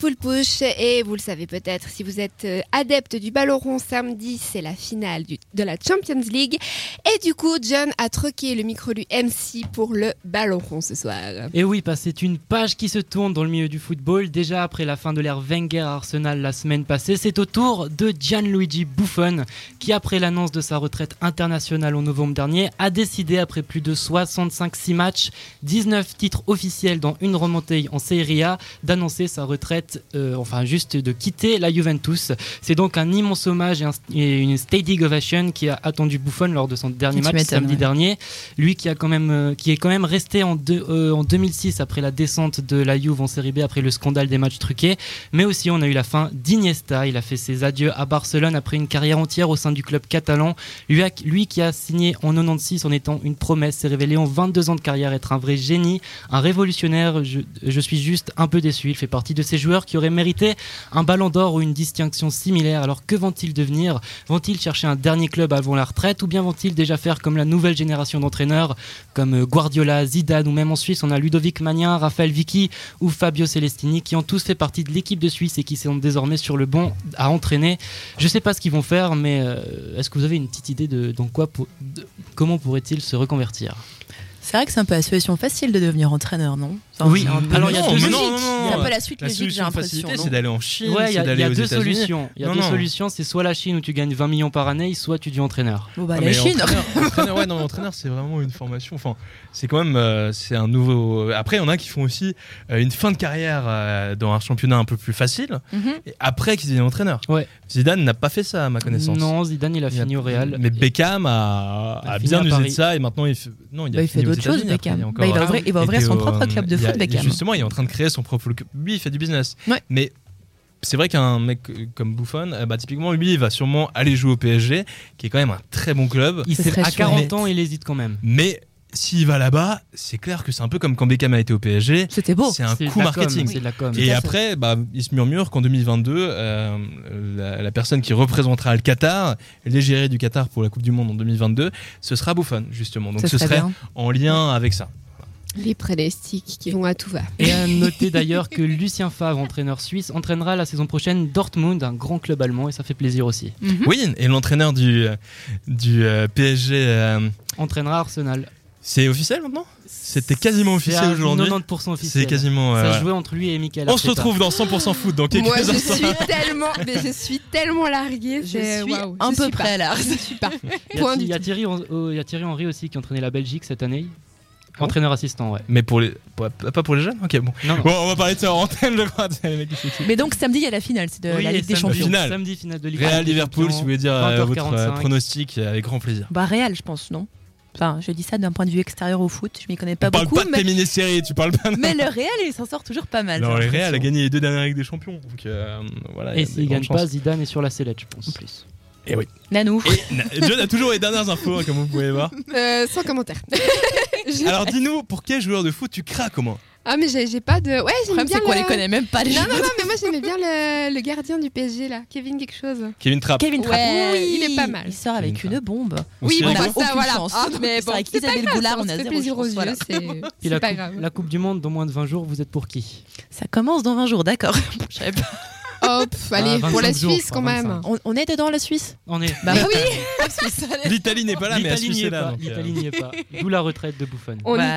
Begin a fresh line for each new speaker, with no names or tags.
Poule Pouche. Et vous le savez peut-être, si vous êtes euh, adepte du ballon rond samedi, c'est la finale du- de la Champions League. Et du coup, John a troqué le micro du MC pour le ballon rond ce soir.
Et Eh oui, parce que c'est une page qui se tourne dans le milieu du football. Déjà après la fin de l'ère Wenger à Arsenal la semaine passée, c'est au tour de Gianluigi Buffon, qui après l'annonce de sa retraite internationale en novembre dernier, a décidé après plus de 65-6 matchs, 19 titres officiels dans une remontée en Serie A, d'annoncer sa retraite, euh, enfin juste de quitter la Juventus. C'est donc un immense hommage et, un- et une standing ovation qui a attendu Buffon lors de son dernier
Tu
match
m'étonnes,
samedi
ouais.
dernier lui qui a quand même euh, qui est quand même resté en, deux- euh, en 2006 après la descente de la Juve en Série B après le scandale des matchs truqués mais aussi on a eu la fin d'Iniesta il a fait ses adieux à Barcelone après une carrière entière au sein du club catalan lui, a- lui qui a signé en 96 en étant une promesse s'est révélé en 22 ans de carrière être un vrai génie un révolutionnaire je, je suis juste un peu déçu il fait partie de ces joueurs qui auraient mérité un ballon d'or ou une distinction similaire alors que vont-ils devenir Vont-ils chercher un dernier club avant la retraite ou bien vont-ils déjà faire comme la nouvelle génération d'entraîneurs comme euh, Guardiola, Zidane ou même en Suisse on a Ludovic Magnin, Raphaël Vicky ou Fabio Celestini qui ont tous fait partie de l'équipe de Suisse et qui sont désormais sur le banc à entraîner. Je sais pas ce qu'ils vont faire mais euh, est-ce que vous avez une petite idée de dans quoi pour- de- comment pourraient-ils se reconvertir
C'est vrai que c'est un peu la solution facile de devenir entraîneur, non Enfin,
Oui,
c'est un peu
alors il y a
logique.
deux-
C'est
Non,
Ah non, non,
un
non.
peu la suite
La
logique, j'ai
solution de
l'impression.
facilité,
non
c'est d'aller en Chine,
Ouais, il y
c'est
a, il
d'aller
y a
aux
deux
États-Unis.
solutions. Il y a
Non,
deux
non.
solutions, c'est soit la Chine où tu gagnes 20 millions par année, soit tu dis entraîneur.
Bon, bah,
Ah,
la
mais
Chine.
entraîneur, entraîneur, ouais, non, mais entraîneur, c'est vraiment une formation. Enfin, c'est quand même, euh, c'est un nouveau. Après, il y en a qui font aussi euh, une fin de carrière euh, dans un championnat un peu plus facile.
Mhm.
Et après, qu'ils deviennent entraîneur.
Ouais.
Zidane n'a pas fait ça, à ma connaissance.
Non, Zidane il a
Il a-
fini au Real.
Mais Beckham a,
Il a
a
fini à
bien usé
Paris.
de ça et maintenant il fait, non, il a
Bah, il
fini
fait
aux
d'autres choses,
États-Unis, après,
Beckham.
il est encore
Bah, il va
à-
ouvrir, il va ouvrir
était
son
au-
propre club de
euh, il y a-
foot,
il y a-
Beckham.
Justement, il est en train de créer son propre club. Lui, il fait du business.
Ouais.
Mais c'est vrai qu'un mec euh, comme Buffon, euh, bah, typiquement, lui, il va sûrement aller jouer au PSG, qui est quand même un très bon club.
Il
Ce
sait-
serait
à
chouette.
40 ans, il hésite quand même.
Mais s'il va là-bas, c'est clair que c'est un peu comme quand Beckham a été au PSG.
C'était beau.
c'est un
C'est de
coup
la com,
marketing.
C'est de la com.
Et
à fait.
après, bah, il se murmure qu'en 2022, euh, la, la personne qui représentera le Qatar, l'égéré du Qatar pour la Coupe du Monde en 2022, ce sera Buffon, justement. Donc
Ça
ce serait
bien.
en lien avec ça.
Les pronostics qui vont à tout va.
Et à noter d'ailleurs que Lucien Favre, entraîneur suisse, entraînera la saison prochaine Dortmund, un grand club allemand, et ça fait plaisir aussi.
Oui, et l'entraîneur du, euh, du euh, PSG, euh,
Entraînera Arsenal.
c'est officiel maintenant C'était quasiment
C'est
officiel
à
aujourd'hui.
90% officiel.
C'est quasiment. euh,
Ça se
ouais.
jouait entre lui et Michael.
On se
Arteta.
retrouve dans 100% foot dans quelques
Moi, je
instants.
suis tellement, mais je suis tellement larguée.
Je
c'est-
suis
waouh,
un
je
peu
suis
près à
pas.
l'art.
Je suis pas.
Il y a-
Point du
Il y a
tout.
Thierry, oh, il y a Thierry Henry aussi qui entraînait la Belgique cette année. Entraîneur assistant, ouais.
Mais pour les. pour- pas pour les jeunes Ok, bon.
Non, non.
Bon, on va parler de ça en antenne, je crois. Les mecs, ils sont-
Mais donc samedi, il y a la finale, c'est de
Oui,
la
et
Ligue des
samedi-
Champions.
Finale.
Samedi, finale de Ligue
Real
des
Liverpool, si
Champions.
vous voulez dire euh, votre euh,
20h45.
pronostic, euh, avec grand plaisir.
Bah Real, je pense, non Enfin, je dis ça d'un point de vue extérieur au foot, je m'y connais pas
tu parles
beaucoup,
pas de
mais,
tes mini-séries, tu parles pas de.
mais le Real, il s'en sort toujours pas mal.
Non,
j'ai
le Real a
l'impression.
gagné les deux dernières Ligues des Champions. Donc euh, voilà. il y
Et
a des
s'il
grandes
gagne
chances.
pas, Zidane est sur la sellette, je pense. En plus.
Nanou.
Et na- John a toujours les dernières infos, hein, comme vous pouvez voir.
Euh, sans commentaire. Je-
Alors dis-nous, pour quel joueur de foot tu craques au moins
Ah, mais j'ai j'ai pas de. Ouais,
Le
j'aime
problème,
bien.
c'est qu'on
le-
les connaît même pas, les
Non,
gens.
non, non, mais moi j'aimais bien le, le gardien du PSG là, Kevin quelque chose.
Kevin Trapp.
Kevin Trapp.
Ah, Ouais, il est pas mal.
Il sort avec
Kevin
une bombe.
On
Oui,
s'y
bon,
on
rend
a
bah,
compte
aucune
ça voilà.
chance.
Ah, mais
C'est
bon,
avec
c'est pas
Isabelle
grave,
Goulard,
ça
on
se
a
fait
zéro
plaisir aux
chance.
yeux,
voilà.
c'est-
Et
c'est
la
pas
coupe,
grave.
la Coupe du Monde dans moins de 20 jours, vous êtes pour qui
Ça commence dans 20 jours, d'accord. Je savais pas.
Oh, pff, allez, pour la
25 jours,
Suisse quand
enfin,
même.
On, on est dedans, la Suisse
On est.
Bah
oui,
la Suisse, allez.
L'Italie n'est pas là, mais la
L'Italie
Suisse
n'y est
est là.
pas.
donc, euh,
L'Italie n'y est pas. D'où la retraite de Buffon.
on
Bah,
y